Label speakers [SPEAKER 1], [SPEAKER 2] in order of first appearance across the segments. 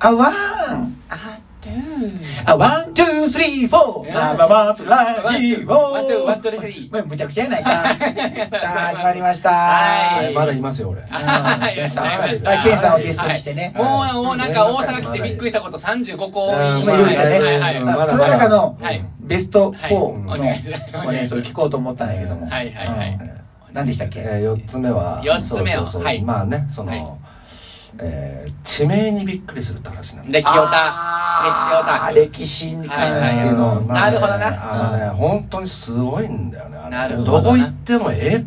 [SPEAKER 1] あワン
[SPEAKER 2] あトゥ
[SPEAKER 1] あワン、ツー、スリー、フォー。マママツラジオ。
[SPEAKER 2] ワンツーワンツーワンツーレスリー
[SPEAKER 1] まあむちゃくちゃやないか。さあ、始まりました。
[SPEAKER 2] は
[SPEAKER 3] はいいまだいますよ俺
[SPEAKER 2] はいいらっしゃいました
[SPEAKER 1] はいケンさんをゲストにしてね
[SPEAKER 2] はいもうもうなんか大阪来てびっくりしたこと35個多い
[SPEAKER 3] うん
[SPEAKER 1] まあ、言うたね。
[SPEAKER 2] はいはい
[SPEAKER 3] うん
[SPEAKER 1] ま
[SPEAKER 3] ま
[SPEAKER 1] あ
[SPEAKER 3] だ
[SPEAKER 1] そ
[SPEAKER 3] ま
[SPEAKER 1] の
[SPEAKER 3] だ
[SPEAKER 1] 中の
[SPEAKER 2] はい
[SPEAKER 1] ベスト
[SPEAKER 2] はい
[SPEAKER 1] 4の
[SPEAKER 2] お願いします
[SPEAKER 1] これちょっと聞こうと思ったんやけども。
[SPEAKER 2] はいはいはい
[SPEAKER 1] うん何でしたっけ
[SPEAKER 3] えー、4つ目は
[SPEAKER 2] 四つ目を
[SPEAKER 3] そうそうそう
[SPEAKER 2] はい
[SPEAKER 3] まあねその、
[SPEAKER 2] はい
[SPEAKER 3] えー地名にびっくりするって話なんで
[SPEAKER 2] で清
[SPEAKER 1] あ
[SPEAKER 2] 田
[SPEAKER 1] ー
[SPEAKER 2] 歴史
[SPEAKER 1] 歴史に
[SPEAKER 2] はい
[SPEAKER 1] 関して
[SPEAKER 3] あ
[SPEAKER 1] の
[SPEAKER 3] の。
[SPEAKER 2] なるほどな
[SPEAKER 3] あのね本当にすごいんだよねあの
[SPEAKER 2] なるほどな
[SPEAKER 3] どこ行ってもええって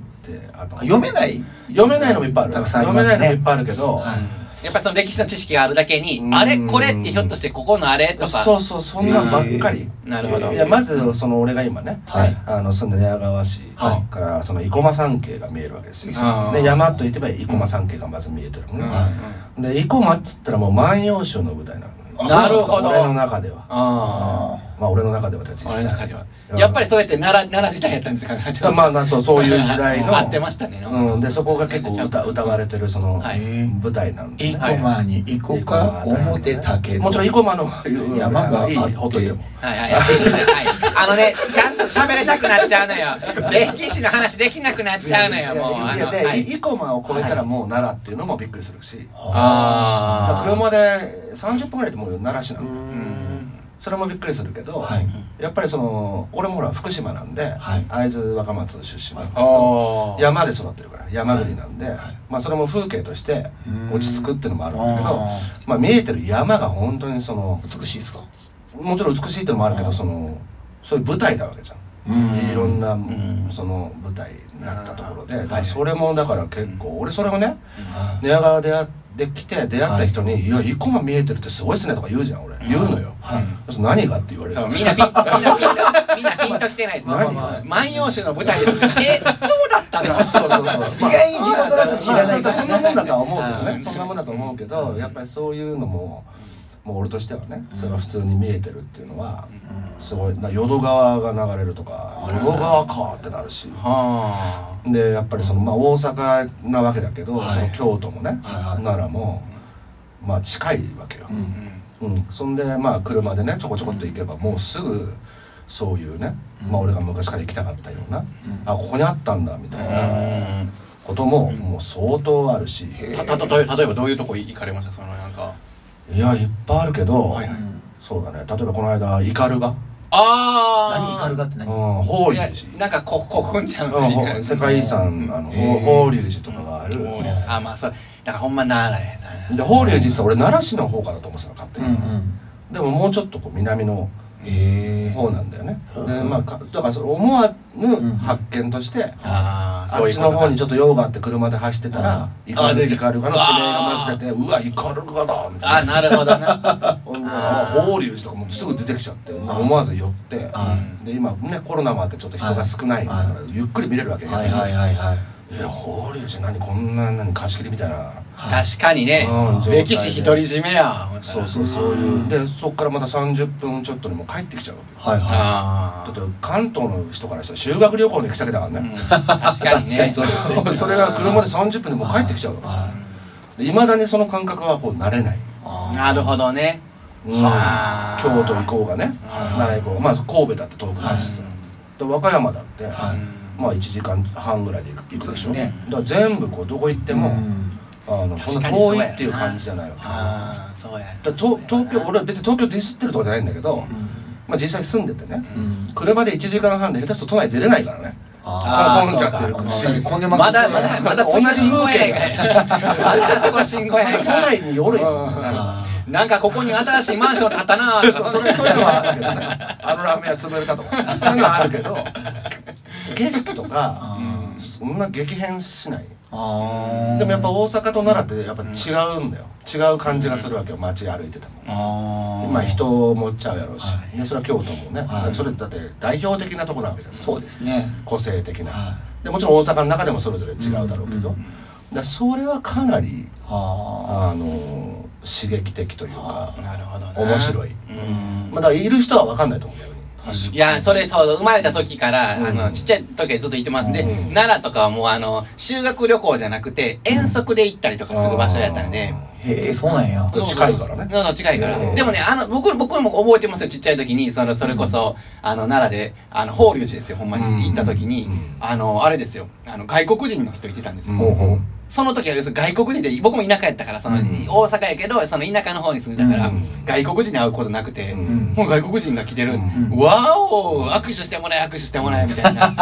[SPEAKER 3] あの
[SPEAKER 1] 読めない
[SPEAKER 3] 読めないのもいっぱいある
[SPEAKER 1] たくさんありますね
[SPEAKER 3] 読めないのもいっぱいあるけ
[SPEAKER 2] 清
[SPEAKER 3] ど、
[SPEAKER 2] 田うんやっぱその歴史の知識があるだけに
[SPEAKER 3] う、ん
[SPEAKER 2] あれこれってひょっとしてここのあれとか。
[SPEAKER 3] そうそうそんなんばっかり、
[SPEAKER 2] えーなるほど
[SPEAKER 3] いやまずその俺が今ね、
[SPEAKER 2] はい
[SPEAKER 3] あの住んで寝屋川市
[SPEAKER 2] はい
[SPEAKER 3] からその生駒山系が見えるわけですよ、
[SPEAKER 2] あー
[SPEAKER 3] で山といってば生駒山系がまず見えてるのね
[SPEAKER 2] うん、
[SPEAKER 3] で生駒っつったらもう万葉集の舞台なの
[SPEAKER 2] なるほど
[SPEAKER 3] 俺の中では
[SPEAKER 2] あ
[SPEAKER 3] まあ俺の中では実
[SPEAKER 2] あ。俺の中では。
[SPEAKER 3] うん
[SPEAKER 2] やっぱりそれって奈良、奈良時代やったんですかね。
[SPEAKER 3] まあなそうそういう時 代の
[SPEAKER 2] 合ってましたね。
[SPEAKER 3] うん、でそこが結構歌歌われてるその
[SPEAKER 2] はい
[SPEAKER 3] 舞台なんで、
[SPEAKER 1] 生
[SPEAKER 3] ね
[SPEAKER 1] 駒に生こか表竹
[SPEAKER 3] もちろん生駒のうん
[SPEAKER 1] 山があって
[SPEAKER 3] いいほっといても
[SPEAKER 2] はいはいはい。あのね、ちゃんと喋りたくなっちゃうのよ。歴史の話できなくなっちゃうのよ、もう。あの
[SPEAKER 3] いや
[SPEAKER 2] は
[SPEAKER 3] で
[SPEAKER 2] い
[SPEAKER 3] 生駒を超えたらもう奈良っていうのもびっくりするし
[SPEAKER 2] あー
[SPEAKER 3] 車で30分ぐらいでもう奈良市な
[SPEAKER 1] う
[SPEAKER 3] の
[SPEAKER 1] ん
[SPEAKER 3] それもびっくりするけど、
[SPEAKER 1] はい
[SPEAKER 3] やっぱりその俺もほら福島なんで、
[SPEAKER 1] はい
[SPEAKER 3] 会津若松出身なんだけど
[SPEAKER 2] おー
[SPEAKER 3] 山で育ってるから山国なんで、まあ、それも風景として
[SPEAKER 1] うん
[SPEAKER 3] 落ち着くっていうのもあるんだけど
[SPEAKER 1] あ
[SPEAKER 3] まあ、見えてる山が本当にその
[SPEAKER 1] 美しいですか
[SPEAKER 3] もちろん美しいってのもあるけ
[SPEAKER 1] う
[SPEAKER 3] ど
[SPEAKER 1] ん
[SPEAKER 3] そのそういう舞台なわけじゃんいろんな、その舞台になったところで、だからそれもだから結構、俺それもね寝屋川で会ってきて出会った人に「い、や生駒見えてるってすごいっすね」とか言うじゃん俺、言うのよ、それ何がって言われる
[SPEAKER 2] そう、みんなピン、みんなピンと、みんなピンと来てないです。
[SPEAKER 3] まあまあまあ
[SPEAKER 2] 万葉集の舞台 です。え、そうだったの
[SPEAKER 3] そうそうそう、
[SPEAKER 1] 意外に地元だと知らないか
[SPEAKER 3] まあ
[SPEAKER 1] ら
[SPEAKER 3] そうそうそんなもんだとは思
[SPEAKER 2] うん
[SPEAKER 3] うけどねそんなもんだと思うけどやっぱりそういうのももう俺としてはねそれが普通に見えてるっていうのはすごいな淀川が流れるとか淀川かってなるし
[SPEAKER 2] は
[SPEAKER 3] でやっぱりその、まあ、大阪なわけだけど、
[SPEAKER 2] はい
[SPEAKER 3] その京都もね、
[SPEAKER 2] はいはい
[SPEAKER 3] 奈良も、まあ、近いわけよ、
[SPEAKER 2] あ。
[SPEAKER 3] うんそんでまあ車でねちょこちょこっと行けばもうすぐそういうね、まあ、俺が昔から行きたかったような、あここにあったんだみたいなことも、もう相当あるし、
[SPEAKER 2] た、た、た、例えばどういうとこ行かれましたそのなんか。
[SPEAKER 3] いやいっぱいあるけど、
[SPEAKER 2] はいはい
[SPEAKER 3] そうだね例えばこの間斑鳩
[SPEAKER 1] 何イ
[SPEAKER 2] あ
[SPEAKER 1] カルがって
[SPEAKER 3] うん
[SPEAKER 1] 何
[SPEAKER 3] 法
[SPEAKER 2] い
[SPEAKER 3] 隆
[SPEAKER 2] や
[SPEAKER 3] 寺
[SPEAKER 2] なんか、こ、こふんちゃうん
[SPEAKER 3] うんほ
[SPEAKER 2] です
[SPEAKER 3] 世
[SPEAKER 2] よ。
[SPEAKER 3] 界遺産あの法隆寺とかがある、
[SPEAKER 2] あ、まあそう。だからほんま奈良やな。
[SPEAKER 3] で法隆寺さ俺奈良市の方からと思ってたの勝手に、
[SPEAKER 1] うん
[SPEAKER 3] でももうちょっとこう南の
[SPEAKER 1] え
[SPEAKER 3] 方なんだよね、でまあかだからそれ思わぬ
[SPEAKER 1] ん
[SPEAKER 3] 発見として、
[SPEAKER 2] ああ、
[SPEAKER 3] あ
[SPEAKER 2] そう
[SPEAKER 3] っ
[SPEAKER 2] いう
[SPEAKER 3] ち
[SPEAKER 2] こと
[SPEAKER 3] の
[SPEAKER 2] か
[SPEAKER 3] 方にちょっと用があって車で走ってたら、イカ
[SPEAKER 2] あで
[SPEAKER 3] ルイカルガの地名が混じっててうわイカルガだみた
[SPEAKER 2] あ
[SPEAKER 3] い
[SPEAKER 2] な
[SPEAKER 3] な
[SPEAKER 2] るほどな
[SPEAKER 3] ほんであ法隆寺とかもすぐ出てきちゃって思わず寄って、
[SPEAKER 2] ん
[SPEAKER 3] で今ねコロナもあってちょっと人が少ないんだから、ゆっくり見れるわけね、
[SPEAKER 1] はいはいはいはい
[SPEAKER 3] え法隆寺何こんな何貸し切りみたいな
[SPEAKER 2] 確かにね
[SPEAKER 3] うん
[SPEAKER 2] 歴史独り占めや
[SPEAKER 3] そうそうそういうでそっからまた30分ちょっとでもう帰ってきちゃうわ
[SPEAKER 1] はい
[SPEAKER 3] けよ
[SPEAKER 1] は
[SPEAKER 2] あ
[SPEAKER 3] だっ
[SPEAKER 2] あ
[SPEAKER 3] て関東の人からしたら修学旅行の行き先だからね、
[SPEAKER 2] 確かにね
[SPEAKER 3] それが車で30分でもう帰ってきちゃうからいまだにその感覚はこう慣れない、
[SPEAKER 2] なるほどね
[SPEAKER 3] うん
[SPEAKER 2] はあ
[SPEAKER 3] 京都行こうがね奈良行こうがまあ神戸だって遠くないしさ、で和歌山だって、まあ1時間半ぐらいで行く行くでしょ
[SPEAKER 1] そうですね
[SPEAKER 3] だから全部こうどこ行って
[SPEAKER 1] い
[SPEAKER 3] も、
[SPEAKER 1] うん
[SPEAKER 3] あのそん
[SPEAKER 2] 確
[SPEAKER 3] な
[SPEAKER 2] かにそ
[SPEAKER 3] 遠
[SPEAKER 2] う
[SPEAKER 3] い
[SPEAKER 2] やな
[SPEAKER 3] っていう感じじゃないわけだ
[SPEAKER 2] ああそうやな
[SPEAKER 3] から東東京俺は別に東京ディスってるとかじゃないんだけど、まあ、実際住んでてね、車で1時間半で下手すると都内出れないからね
[SPEAKER 2] あー
[SPEAKER 3] 混んじゃってるし
[SPEAKER 1] そうか混んでます
[SPEAKER 2] まだまだまだ
[SPEAKER 3] 同じ
[SPEAKER 2] 信号やないかいまだそこ信号やない
[SPEAKER 3] 都
[SPEAKER 2] かい
[SPEAKER 3] 内に夜るよ
[SPEAKER 2] なんかここに新しいマンション建ったなーと
[SPEAKER 3] そ
[SPEAKER 2] か
[SPEAKER 3] それそういうのはあるけどねあのラーメン屋潰れたとかそういうのはあるけど景色とかそんな激変しない
[SPEAKER 1] あ
[SPEAKER 3] でもやっぱ大阪と奈良ってやっぱ違うんだよ違う感じがするわけよ街歩いてても
[SPEAKER 1] あ
[SPEAKER 3] まあ人もっちゃうやろうしでそれは京都もねそれだって代表的なとこなわけです
[SPEAKER 1] そうですね
[SPEAKER 3] 個性的
[SPEAKER 1] は
[SPEAKER 3] なでもちろん大阪の中でもそれぞれ違うだろうけどだからそれはかなり
[SPEAKER 1] あ
[SPEAKER 3] あの刺激的というか
[SPEAKER 2] なるほどな
[SPEAKER 3] 面白い
[SPEAKER 2] うん
[SPEAKER 3] まあだからいる人は分かんないと思うよ
[SPEAKER 2] いや、それ、そう、生まれた時から、あの、ちっちゃい時はずっと行ってますんで、奈良とかはもうあの、修学旅行じゃなくて、遠足で行ったりとかする場所やったんで、
[SPEAKER 1] へえ、そうなんや。
[SPEAKER 3] 近いからね
[SPEAKER 2] そうそう近いから。
[SPEAKER 3] うん
[SPEAKER 2] でもね、あの、僕、僕も覚えてますよ。ちっちゃい時に、それ、それこそ、あの、奈良で、あの、法隆寺ですよ、ほんま
[SPEAKER 3] うん
[SPEAKER 2] に。行った時に
[SPEAKER 3] うん、
[SPEAKER 2] あの、あれですよ。あの、外国人の人いてたんですよ。
[SPEAKER 3] ほうほう
[SPEAKER 2] その時は、要するに外国人で、僕も田舎やったから、その、
[SPEAKER 3] うん
[SPEAKER 2] 大阪やけど、その田舎の方に住んでたから、
[SPEAKER 3] うん
[SPEAKER 2] 外国人に会うことなくて、
[SPEAKER 3] うん
[SPEAKER 2] もう外国人が来てる、
[SPEAKER 3] うん
[SPEAKER 2] わお握手してもらえ、握手してもらえ、みたいな。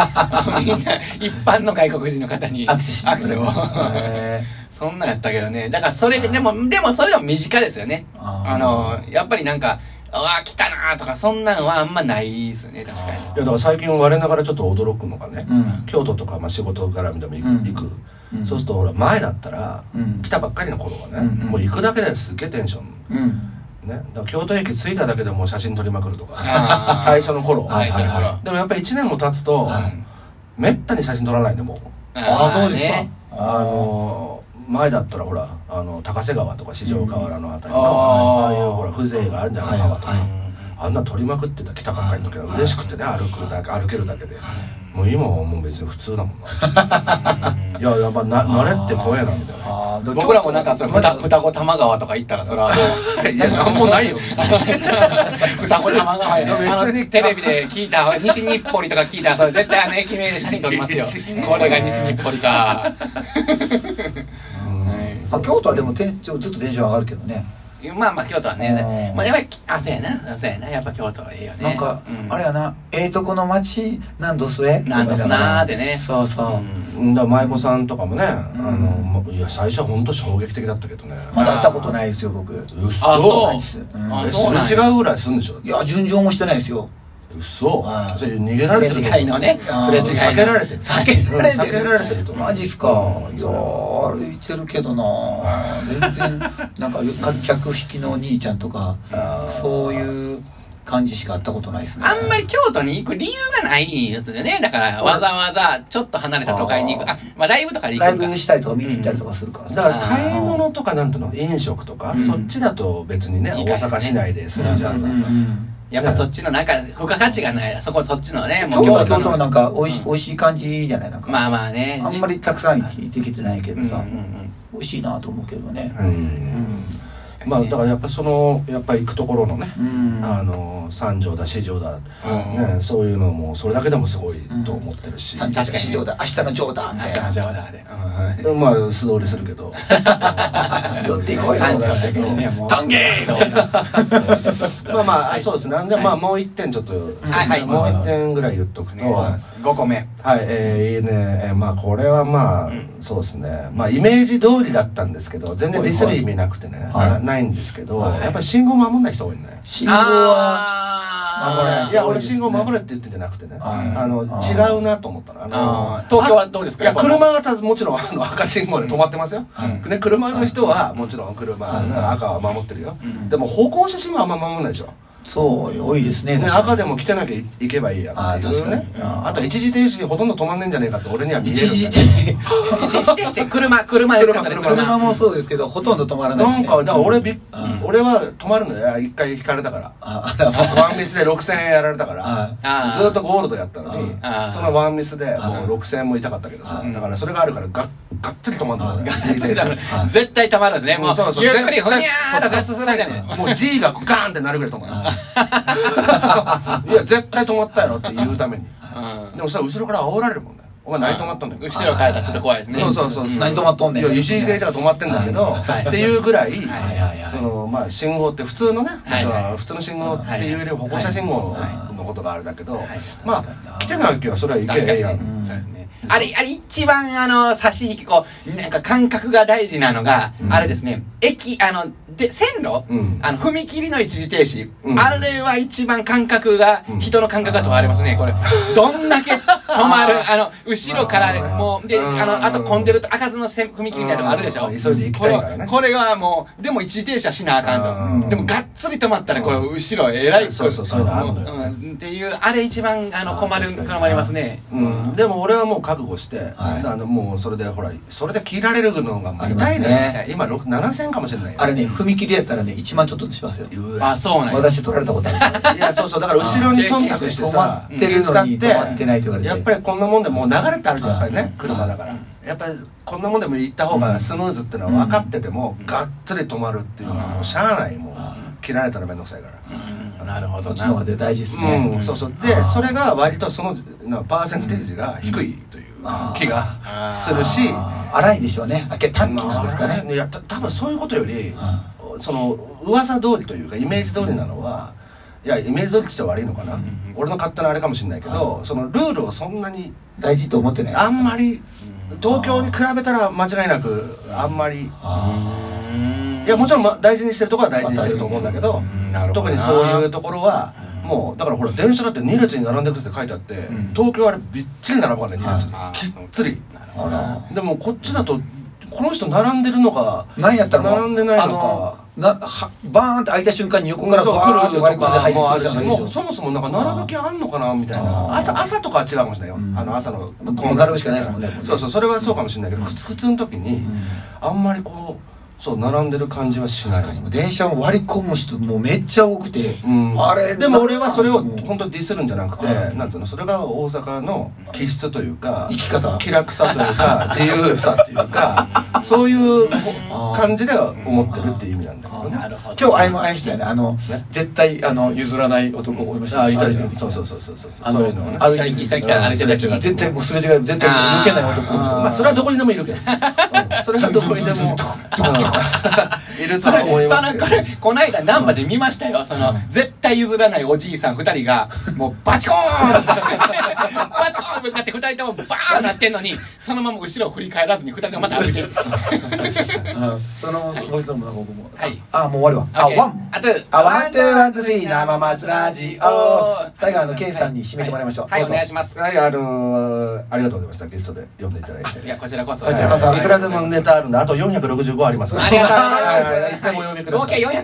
[SPEAKER 2] みんな、一般の外国人の方に
[SPEAKER 1] 握手して
[SPEAKER 2] 握手を。
[SPEAKER 1] へ
[SPEAKER 2] そんなんやったけどね。だからそれ、
[SPEAKER 1] あー
[SPEAKER 2] でも、でもそれは身近ですよね。
[SPEAKER 1] あー
[SPEAKER 2] あの、やっぱりなんか、うわあ、来たなーとか、そんなんはあんまないですよね、確かに。
[SPEAKER 3] いやだから最近我ながらちょっと驚くのがね、
[SPEAKER 1] うん
[SPEAKER 3] 京都とかまあ仕事絡みでも行く,、
[SPEAKER 1] うん
[SPEAKER 3] 行く
[SPEAKER 1] うん
[SPEAKER 3] そうするとほら前だったら、
[SPEAKER 1] うん
[SPEAKER 3] 来たばっかりの頃はね、
[SPEAKER 1] うんうん
[SPEAKER 3] もう行くだけですっげえテンション
[SPEAKER 1] え。うん。
[SPEAKER 3] ね、だから京都駅着いただけでもう写真撮りまくると
[SPEAKER 2] あ
[SPEAKER 3] か
[SPEAKER 2] ー
[SPEAKER 3] 最初の頃、
[SPEAKER 1] はいはいは
[SPEAKER 3] でもやっぱり1年も経つと、
[SPEAKER 1] はい
[SPEAKER 3] めったに写真撮らないでもう
[SPEAKER 1] ああ、そうですか。
[SPEAKER 3] あの前だったらほらあの高瀬川とか四条河原の辺りの、
[SPEAKER 1] うん
[SPEAKER 3] ああい
[SPEAKER 1] あー
[SPEAKER 3] うほら風情があるんじゃない
[SPEAKER 1] はい
[SPEAKER 3] 川とか、
[SPEAKER 1] はい
[SPEAKER 3] あんな撮りまくってた来たばっかりの時は嬉しくてね歩くだけ歩けるだけで、もう今はもう別に普通だもんないややっぱな慣れって怖えなみたいな
[SPEAKER 1] ああ、
[SPEAKER 2] 僕らもなんか、それ、
[SPEAKER 1] ま
[SPEAKER 2] ふ
[SPEAKER 1] だ
[SPEAKER 2] た双子玉川とか行ったら、それはもう、
[SPEAKER 3] いやなん もないよ別に
[SPEAKER 2] 双子玉川や
[SPEAKER 3] いや
[SPEAKER 2] あ
[SPEAKER 3] 別
[SPEAKER 2] の
[SPEAKER 3] に
[SPEAKER 2] テレビで聞いた、西日暮里とか聞いたら、それ絶対あの駅名で写真撮りますよ
[SPEAKER 3] 西日暮。里
[SPEAKER 2] これが西日暮里か。
[SPEAKER 1] あ京都はでもテンちょずっとテンション上がるけどね
[SPEAKER 2] まあまあ、京都はね
[SPEAKER 1] う、ん
[SPEAKER 2] まあやっぱり、あ、そうやな、そうやな、やっぱ京都はいいよね。
[SPEAKER 1] なんか、
[SPEAKER 2] うん
[SPEAKER 1] あれやなええとこの街なんどすえ
[SPEAKER 2] なんですなーってね。
[SPEAKER 1] そうそう、
[SPEAKER 2] ん
[SPEAKER 3] うんだから舞妓さんとかもね、
[SPEAKER 1] ん
[SPEAKER 3] あのもういや最初は本当衝撃的だったけどね
[SPEAKER 1] まだ会ったことないですよ僕い
[SPEAKER 3] 嘘
[SPEAKER 2] あそう
[SPEAKER 1] う
[SPEAKER 3] え
[SPEAKER 1] ん
[SPEAKER 2] あ
[SPEAKER 3] す
[SPEAKER 2] そう
[SPEAKER 3] れ
[SPEAKER 2] なんや
[SPEAKER 3] 違うぐらいするんでしょ
[SPEAKER 1] や順調もしてないですよ
[SPEAKER 3] 嘘
[SPEAKER 1] はい
[SPEAKER 3] それ逃げられてる
[SPEAKER 2] すれ違いのね
[SPEAKER 1] すれ違いの
[SPEAKER 3] 避けられてる
[SPEAKER 1] 避けられてる
[SPEAKER 3] 避けられてると思う
[SPEAKER 1] マジっすか、
[SPEAKER 3] うん
[SPEAKER 1] いやー歩いてるけどなー全 然なんか客引きのお兄ちゃんとか
[SPEAKER 3] あー
[SPEAKER 1] そういう感じしか会ったことないですね
[SPEAKER 2] あんまり京都に行く理由がないやつでね。だから、わざわざ、ちょっと離れた都会に行く。あ
[SPEAKER 1] あ、
[SPEAKER 2] まあ、ライブとかで行
[SPEAKER 1] ライ
[SPEAKER 2] くか。
[SPEAKER 1] ブしたりとか見に行ったりとかするから、
[SPEAKER 3] だから買い物とかなんていうの飲食とか、
[SPEAKER 2] うん
[SPEAKER 3] そっちだと別にね
[SPEAKER 2] いいか
[SPEAKER 3] 大
[SPEAKER 2] らね
[SPEAKER 3] 阪市内でするじゃん、
[SPEAKER 1] うんうん
[SPEAKER 2] やっぱそっちの、なんか、付加価値がない。そこ、そっちのね、
[SPEAKER 1] 京都は京都の
[SPEAKER 2] の
[SPEAKER 1] なんか美味し,、
[SPEAKER 2] うん
[SPEAKER 1] 美味しい感じじゃないなんか、
[SPEAKER 2] まあまあね。
[SPEAKER 1] あんまりたくさん行ってきてないけ
[SPEAKER 2] う
[SPEAKER 1] ど
[SPEAKER 2] ん、
[SPEAKER 1] さ、
[SPEAKER 2] うんうん
[SPEAKER 1] 美味しいなと思うけどね、
[SPEAKER 3] うん
[SPEAKER 2] 確
[SPEAKER 3] ま
[SPEAKER 2] かに
[SPEAKER 3] あ
[SPEAKER 2] ね
[SPEAKER 3] だからやっぱそのやっぱ行くところのね、
[SPEAKER 1] うん
[SPEAKER 3] あの三条だ四条だ、
[SPEAKER 2] うん
[SPEAKER 3] ね、そういうのもそれだけでもすごいと思ってるし、
[SPEAKER 1] 三
[SPEAKER 2] か
[SPEAKER 1] 角
[SPEAKER 2] に
[SPEAKER 1] 市場だ明日のジョーダーみ
[SPEAKER 2] 明
[SPEAKER 1] たい
[SPEAKER 2] 日
[SPEAKER 1] な
[SPEAKER 2] の冗談で。うん
[SPEAKER 3] まあ素通りする けど
[SPEAKER 1] 寄ってこいよ
[SPEAKER 2] 三条だけにね、もう。
[SPEAKER 1] 歓迎
[SPEAKER 2] そう
[SPEAKER 3] まあまあそうですねなんで、
[SPEAKER 2] はい
[SPEAKER 3] まあもう一点ちょっと、
[SPEAKER 2] はいはい
[SPEAKER 3] もう一点ぐらい言っとく
[SPEAKER 2] お
[SPEAKER 3] と、
[SPEAKER 2] 願いします5個目。
[SPEAKER 3] はい、えー、いいね、えーまあこれはまあ、そうですねまあイメージ通りだったんですけど全然ディスる意味なくてね、
[SPEAKER 1] はい
[SPEAKER 3] なないんですけど、
[SPEAKER 1] はい
[SPEAKER 3] やっぱり信号守んない人多いね
[SPEAKER 1] 信号は
[SPEAKER 2] あー
[SPEAKER 1] 守らない
[SPEAKER 3] いや俺信号守れって言ってんじゃなくてね、
[SPEAKER 1] はい
[SPEAKER 3] あの
[SPEAKER 1] あー
[SPEAKER 3] 違うなと思ったのあの
[SPEAKER 2] あー東京はどうですか
[SPEAKER 3] いや車がたずもちろんあの赤信号で止まってますよ、
[SPEAKER 2] うん
[SPEAKER 3] ね、車の人はもちろん車、赤は守ってるよ、でも歩行者信号はあんま守んないでしょ、
[SPEAKER 1] そう多いですね
[SPEAKER 3] ね、
[SPEAKER 1] 確かに
[SPEAKER 3] 赤でも来てなきゃいいけばいいやっていうね
[SPEAKER 1] あー確かにあー
[SPEAKER 3] あと一時停止ほとんど止まんねえんじゃねえかって俺には見えるんだ
[SPEAKER 1] 一
[SPEAKER 3] けど
[SPEAKER 1] 時停止
[SPEAKER 2] 一時停止って車、車ですかそれ
[SPEAKER 3] 車
[SPEAKER 1] 車もそうですけどほとんど止まらないで
[SPEAKER 3] な
[SPEAKER 1] す、
[SPEAKER 3] ん
[SPEAKER 1] ね、
[SPEAKER 3] か、だから俺びっ、
[SPEAKER 1] うん
[SPEAKER 3] 俺は止まるのよ。一回引かれたから。
[SPEAKER 1] ああら
[SPEAKER 3] ワンミスで6000円やられたから、
[SPEAKER 2] あー
[SPEAKER 3] ずっとゴールドやったのに
[SPEAKER 2] あー、
[SPEAKER 3] そのワンミスで
[SPEAKER 1] あ
[SPEAKER 3] もう6000円も痛かったけどさ
[SPEAKER 1] う、ん
[SPEAKER 3] だからそれがあるからが、がっつり止まんの。ガッツ リ
[SPEAKER 1] はい
[SPEAKER 2] 絶対たまるんですね。もう
[SPEAKER 3] そう、そう
[SPEAKER 2] ゆっくり
[SPEAKER 3] 絶
[SPEAKER 2] ふにゃ
[SPEAKER 3] 対
[SPEAKER 2] ーとか進んだじゃない。
[SPEAKER 3] もう G がガーンってなるぐらい止まる。 いや、絶対止まったやろって言うために。
[SPEAKER 2] うん
[SPEAKER 3] でもさ、後ろから煽られるもんね。お前何止まったんだよ。
[SPEAKER 2] 後ろ変えたらちょっと怖いですね。
[SPEAKER 3] そうそうそうそう。
[SPEAKER 1] 何止まっとんねん
[SPEAKER 3] いや、一時停車が止まってんだけど、
[SPEAKER 1] はい
[SPEAKER 3] っていうぐらい
[SPEAKER 1] はいはいは、い
[SPEAKER 3] その、まあ、信号って普通のね、
[SPEAKER 2] はいはい
[SPEAKER 3] その普通の信号っていうより歩行者信号のことがあれだけど
[SPEAKER 2] いはい、
[SPEAKER 3] まあ
[SPEAKER 1] 確かにな、
[SPEAKER 3] 来てない時はそれは行け
[SPEAKER 2] 確か
[SPEAKER 3] ええ
[SPEAKER 2] に
[SPEAKER 3] や
[SPEAKER 2] ね
[SPEAKER 3] ん。
[SPEAKER 2] そうですね。あれ、あれ一番あの、差し引き、こう、なんか感覚が大事なのが、あれですね、駅、あの、で、線路
[SPEAKER 3] うん
[SPEAKER 2] あの、踏切の一時停止
[SPEAKER 3] う。ん
[SPEAKER 2] あれは一番感覚が
[SPEAKER 3] うん、
[SPEAKER 2] 人の感覚が問われますね、これ
[SPEAKER 1] あ。
[SPEAKER 2] どんだけ止まる
[SPEAKER 1] あ、
[SPEAKER 2] あの、後ろか
[SPEAKER 3] あ
[SPEAKER 2] ら、
[SPEAKER 3] ー
[SPEAKER 2] もう、で、
[SPEAKER 3] うん
[SPEAKER 2] あの、あと混んでると開かずのせん踏切みたいなとこあるでしょ
[SPEAKER 3] うん急いで行きたいからね
[SPEAKER 2] これこれはもう、でも一時停止はしなあかん
[SPEAKER 3] う
[SPEAKER 2] と。
[SPEAKER 3] ん
[SPEAKER 2] でも、がっつり止まったら、これ、後ろ、えらい来る。
[SPEAKER 3] そうそうそういうのあるのよ
[SPEAKER 2] うんっていう、あれ一番、あの、困
[SPEAKER 1] あー
[SPEAKER 2] る、
[SPEAKER 1] 確かにな
[SPEAKER 2] 困りますね。
[SPEAKER 3] うん、でも俺はもう覚悟して、
[SPEAKER 1] はい
[SPEAKER 3] あのもうそれでほらそれで切られるのがもう痛いね
[SPEAKER 1] あ
[SPEAKER 3] 今6 7000かもしれないよ
[SPEAKER 1] あれね踏切やったらね1万ちょっとしますよ
[SPEAKER 3] うわ
[SPEAKER 2] あ、そうなんや。
[SPEAKER 1] 私取られたことあるから
[SPEAKER 3] いやそうそうだから後ろに忖度して
[SPEAKER 1] 止ま
[SPEAKER 3] さ
[SPEAKER 1] ってるのに
[SPEAKER 3] 気遣
[SPEAKER 1] 止まってないとかで
[SPEAKER 3] やっぱりこんなもんでもう流れってあるじゃんやっぱりね車だからやっぱりこんなもんでも行った方がスムーズってのは分かってても、がっつり止まるっていうのはもうしゃあないもう切られたら面倒くさいから
[SPEAKER 2] なるほ
[SPEAKER 1] そ
[SPEAKER 2] ど
[SPEAKER 1] っち
[SPEAKER 2] な
[SPEAKER 1] の方がで大事ですね、
[SPEAKER 3] うん、そうそう。で
[SPEAKER 1] あー、
[SPEAKER 3] それが割とその、なパーセンテージが低いという
[SPEAKER 1] あー
[SPEAKER 3] 気がするし、
[SPEAKER 1] あー荒いんでしょうねあけ短期なんですか
[SPEAKER 3] まああ
[SPEAKER 1] ね
[SPEAKER 3] れいや、た多分そういうことより
[SPEAKER 1] あ、
[SPEAKER 3] その、噂通りというか、イメージ通りなのは、いや、イメージ通りって言ったら悪いのかな。俺の勝手なあれかもしれないけど、そのルールをそんなに、
[SPEAKER 1] 大事と思ってない
[SPEAKER 3] あんまり、東京に比べたら間違いなく、あんまり、
[SPEAKER 1] あ
[SPEAKER 3] いや、もちろんま大事にしてるところは大事にしてると思うんだけど、
[SPEAKER 2] なるほど
[SPEAKER 3] 特
[SPEAKER 2] な
[SPEAKER 3] にそういうところは、もうだからほら電車だって2列に並んでくって書いてあって、東京あれびっちり並ぶからね2列に、
[SPEAKER 2] はい
[SPEAKER 3] きっつり
[SPEAKER 1] ーあら
[SPEAKER 3] でもこっちだとこの人並んでるのか
[SPEAKER 1] 何やったら
[SPEAKER 3] 並んでないの
[SPEAKER 1] あ
[SPEAKER 3] か
[SPEAKER 1] のなはバーンって開いた瞬間に横から
[SPEAKER 3] そう
[SPEAKER 1] バーンって割り込んで入
[SPEAKER 3] もうあ
[SPEAKER 1] っ
[SPEAKER 3] る
[SPEAKER 1] てく
[SPEAKER 3] し
[SPEAKER 1] る
[SPEAKER 3] もう
[SPEAKER 1] じゃ
[SPEAKER 3] そもそもなんか並ぶ気あんのかなみたい
[SPEAKER 1] あー
[SPEAKER 3] な朝朝とかは違うかもしれないよ、
[SPEAKER 1] ん
[SPEAKER 3] あの朝の
[SPEAKER 1] もう並ぶしかないですもんね
[SPEAKER 3] そうそうそれはそうかもしれないけど、ふ普通の時に、あんまりこうそう並んでる感じはしない
[SPEAKER 1] 確かにもう電車を割り込む人もうめっちゃ多くて、
[SPEAKER 3] うん、
[SPEAKER 1] あれ
[SPEAKER 3] でも俺はそれ
[SPEAKER 1] な
[SPEAKER 3] を
[SPEAKER 1] んかもう
[SPEAKER 3] 本当にディスるんじゃなくて、
[SPEAKER 1] はい
[SPEAKER 3] なんていうのそれが大阪の気質というか
[SPEAKER 1] 生き方
[SPEAKER 3] 気楽さというか自由さというかそういうこ感じでは思ってるっていう意味なんだけどね
[SPEAKER 2] なるほど
[SPEAKER 1] 今日あれもあれでしたよねあの絶対あの譲らない男思いました
[SPEAKER 3] あいたいた
[SPEAKER 1] あれ
[SPEAKER 3] そうそうそうそうそう
[SPEAKER 1] あ
[SPEAKER 3] そ
[SPEAKER 1] の
[SPEAKER 3] ういうのをね
[SPEAKER 1] あ
[SPEAKER 2] 一緒に一緒に来たあれ絶対違う
[SPEAKER 1] 絶対もうすれ違い絶対抜けない男の人
[SPEAKER 3] まあそれはどこにでもいるけど、うんそれはどこ にでもいるとは思いますけど
[SPEAKER 2] それこれこの間難波で見ましたよその、絶対譲らないおじいさん2人がもうバチコーンバチコーンぶつかって2人ともバーンなってんのにそのまま後ろを振り返らずに2人がまた歩いて
[SPEAKER 1] う
[SPEAKER 2] る
[SPEAKER 1] んそのご質問もなんか僕も
[SPEAKER 2] はい
[SPEAKER 1] あもう終わるわあ
[SPEAKER 2] OK
[SPEAKER 1] ワン
[SPEAKER 2] あと
[SPEAKER 1] あワンツーワンツースリー生松ラジオ最後はあのケンさんに締めてもらいましょう
[SPEAKER 2] はい、
[SPEAKER 1] どうぞ
[SPEAKER 2] はいお願いします
[SPEAKER 3] はいあのーありがとうございましたゲストで呼んでいただいて
[SPEAKER 2] いやこちらこそ
[SPEAKER 1] こちらこそ
[SPEAKER 3] いくらでもネタあるんであと465あります
[SPEAKER 2] ありがとうございます
[SPEAKER 3] はいいつでもお呼びください
[SPEAKER 2] 合計400